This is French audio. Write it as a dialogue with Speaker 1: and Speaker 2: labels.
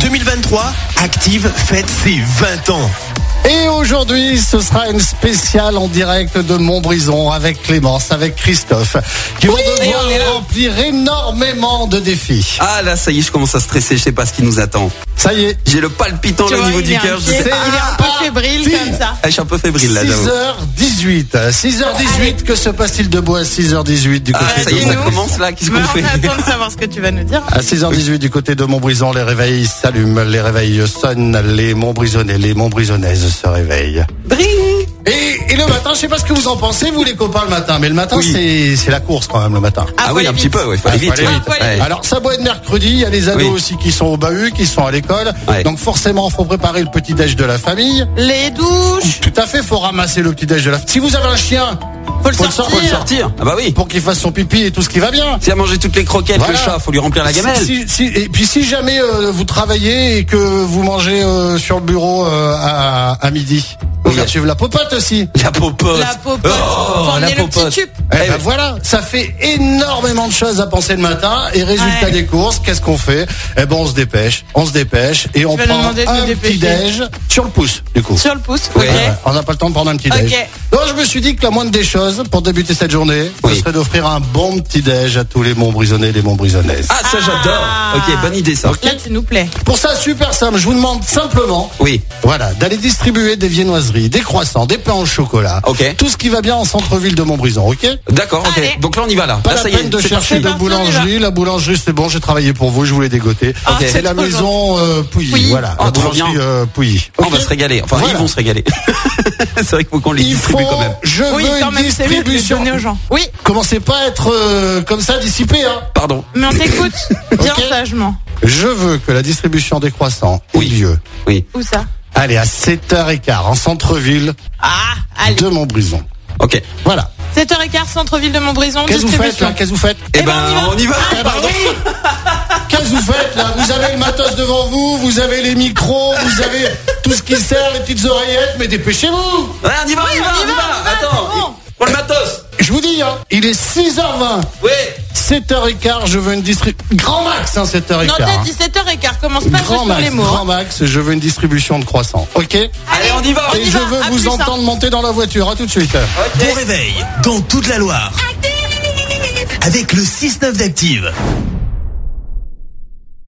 Speaker 1: 2023, Active fête ses 20 ans.
Speaker 2: Et aujourd'hui, ce sera une spéciale en direct de Montbrison avec Clémence, avec Christophe, qui vont
Speaker 3: Et on est là.
Speaker 2: devoir remplir énormément de défis.
Speaker 4: Ah là, ça y est, je commence à stresser, je sais pas ce qui nous attend.
Speaker 2: Ça y est,
Speaker 4: J'ai le palpitant
Speaker 3: Tu
Speaker 4: au
Speaker 3: vois,
Speaker 4: niveau
Speaker 3: il
Speaker 4: du
Speaker 3: est
Speaker 4: cœur. Je...
Speaker 3: inquiet.
Speaker 4: sais-
Speaker 2: sais-
Speaker 3: Il est un
Speaker 2: Ah,
Speaker 3: peu fébrile
Speaker 2: si.
Speaker 3: comme ça.
Speaker 4: Ah, je suis un peu fébrile là. j'avoue.
Speaker 2: 6h18. 6h18, que se passe-t-il de beau à 6h18 du
Speaker 4: Ah,
Speaker 2: côté
Speaker 4: ça
Speaker 2: de
Speaker 4: y est, ça
Speaker 3: dis-nous.
Speaker 2: Montbrison
Speaker 4: commence là, qu'est-ce
Speaker 3: Mais
Speaker 4: qu'on fait
Speaker 3: Bah, on attend de savoir ce que tu vas nous dire.
Speaker 2: à 6h18 du côté de Montbrison, les réveils s'allument, les réveils sonnent, les Montbrisonnais, les Montbrisonnaises se réveillent.
Speaker 4: Dring
Speaker 2: Et, et le matin, je sais pas ce que vous en pensez, vous les copains, le matin, mais le matin,
Speaker 4: Oui.
Speaker 2: c'est- c'est la course quand même, le matin.
Speaker 4: Ah,
Speaker 3: faut
Speaker 4: oui,
Speaker 3: aller
Speaker 4: un
Speaker 3: vite.
Speaker 4: petit peu, ouais, faut
Speaker 2: Ah,
Speaker 4: aller
Speaker 2: faut
Speaker 4: vite.
Speaker 2: aller
Speaker 4: ouais.
Speaker 2: vite,
Speaker 3: faut aller
Speaker 4: Ouais.
Speaker 3: vite.
Speaker 2: Alors, ça doit être mercredi, il y a les ados
Speaker 4: Oui.
Speaker 2: aussi qui sont au bahut, qui sont à l'école.
Speaker 4: Ouais.
Speaker 2: Donc forcément, faut préparer le petit-déj de la famille.
Speaker 3: Les douches,
Speaker 2: Tout à fait, faut ramasser le petit-déj de la Si vous avez un chien,
Speaker 3: faut le
Speaker 2: Faut le
Speaker 3: sortir.
Speaker 4: Faut le sortir. Ah bah oui.
Speaker 2: pour qu'il fasse son pipi et tout ce qui va bien.
Speaker 4: Si a mangé toutes les croquettes,
Speaker 2: Voilà.
Speaker 4: le chat, faut lui remplir la gamelle.
Speaker 2: Si- si- et puis si jamais euh, vous travaillez et que vous mangez euh, sur le bureau euh, à, à midi, vous
Speaker 4: Oui.
Speaker 2: faire suivre la popote aussi.
Speaker 4: La popote.
Speaker 3: La popote.
Speaker 4: Oh,
Speaker 3: Faut
Speaker 4: la
Speaker 3: emmener le petit
Speaker 4: popote.
Speaker 3: tube.
Speaker 2: Eh
Speaker 4: Eh
Speaker 2: ben
Speaker 4: oui.
Speaker 2: voilà, ça fait énormément de choses à penser le matin et résultat
Speaker 3: Ouais.
Speaker 2: des courses, qu'est-ce qu'on fait Eh ben on se dépêche, on se dépêche et on
Speaker 3: vas nous
Speaker 2: prend un
Speaker 3: demander de nous
Speaker 2: petit
Speaker 3: dépêcher.
Speaker 2: déj sur le pouce du coup.
Speaker 3: Sur le pouce,
Speaker 4: Ouais.
Speaker 3: ok.
Speaker 2: Ouais, on n'a pas le temps de prendre un petit
Speaker 3: Ok.
Speaker 2: déj. Donc je me suis dit que la moindre des choses pour débuter cette journée, ce
Speaker 4: Oui.
Speaker 2: serait d'offrir un bon petit déj à tous les Montbrisonnais et les Montbrisonnaises.
Speaker 4: Ah, ça j'adore.
Speaker 3: Ah.
Speaker 4: Ok, bonne idée ça.
Speaker 3: Là, tu nous plais.
Speaker 2: Pour ça, super simple, je vous demande simplement
Speaker 4: Oui.
Speaker 2: Voilà, d'aller distribuer des viennoiseries, des croissants, des pains au chocolat.
Speaker 4: Ok.
Speaker 2: Tout ce qui va bien en centre-ville de Montbrison, ok
Speaker 4: D'accord,
Speaker 3: Allez.
Speaker 4: ok. Donc là on y va là.
Speaker 2: Pas
Speaker 4: Là
Speaker 2: la
Speaker 4: ça y
Speaker 2: peine de
Speaker 4: est. c'est
Speaker 2: chercher
Speaker 3: parti.
Speaker 2: de
Speaker 3: C'est parti, on y
Speaker 2: boulangerie. La boulangerie, c'est bon, j'ai travaillé pour vous, je voulais dégoter.
Speaker 3: Ah,
Speaker 4: Ok.
Speaker 2: C'est la
Speaker 3: trop
Speaker 2: maison euh, Pouilly,
Speaker 3: Pouilly.
Speaker 2: voilà.
Speaker 4: Oh,
Speaker 2: la
Speaker 4: trop
Speaker 2: boulangerie
Speaker 4: bien.
Speaker 2: euh, Pouilly.
Speaker 4: On va se régaler. Enfin,
Speaker 2: Voilà.
Speaker 4: ils vont se régaler. c'est vrai qu'il faut qu'on les
Speaker 2: Il faut,
Speaker 4: distribue quand même.
Speaker 2: je
Speaker 3: Oui,
Speaker 2: veux
Speaker 3: quand
Speaker 2: une
Speaker 3: même, c'est mieux de les
Speaker 2: distribution.
Speaker 3: donner aux gens. Oui,
Speaker 2: Commencez pas à être euh, comme ça dissipé, hein.
Speaker 4: Pardon.
Speaker 3: mais on t'écoute. Bien
Speaker 2: Ok.
Speaker 3: sagement.
Speaker 2: Je veux que la distribution des croissants
Speaker 4: Oui.
Speaker 2: ait lieu.
Speaker 4: Oui.
Speaker 3: Où ça
Speaker 2: Allez, à 7h15, en centre-ville
Speaker 3: Ah, allez.
Speaker 2: de Montbrison.
Speaker 4: Ok. Eh,
Speaker 2: Voilà.
Speaker 3: 7h15, centre-ville de Montbrison,
Speaker 2: Qu'est-ce que vous faites, là
Speaker 3: distribution.
Speaker 2: Qu'est-ce que vous faites
Speaker 3: Eh ben, on y va.
Speaker 2: Eh ben, oui. Qu'est-ce que vous faites là Vous avez le matos devant vous, vous avez les micros, vous avez tout ce qui sert, les petites oreillettes, mais dépêchez-vous
Speaker 4: Ouais, on y va, on y
Speaker 3: Ah,
Speaker 4: va, on y va.
Speaker 3: c'est
Speaker 4: Attends.
Speaker 3: bon.
Speaker 4: Prends le matos.
Speaker 2: Je vous dis, hein, il est 6h20,
Speaker 4: Ouais.
Speaker 2: 7h15, je veux une distribution. Grand max, hein, 7h15.
Speaker 3: Non,
Speaker 2: hein.
Speaker 3: t'as 17h15, commence pas juste
Speaker 2: Grand
Speaker 3: sur les
Speaker 2: max,
Speaker 3: mots.
Speaker 2: grand
Speaker 3: hein.
Speaker 2: max, je veux une distribution de croissants, ok Et
Speaker 4: Allez, on y va.
Speaker 3: on y
Speaker 2: je
Speaker 3: va,
Speaker 2: veux
Speaker 3: à
Speaker 2: vous
Speaker 3: plus, hein.
Speaker 2: entendre monter dans la voiture, à tout de suite.
Speaker 1: Ton réveil dans toute la Loire. Avec le 6-9 d'Active.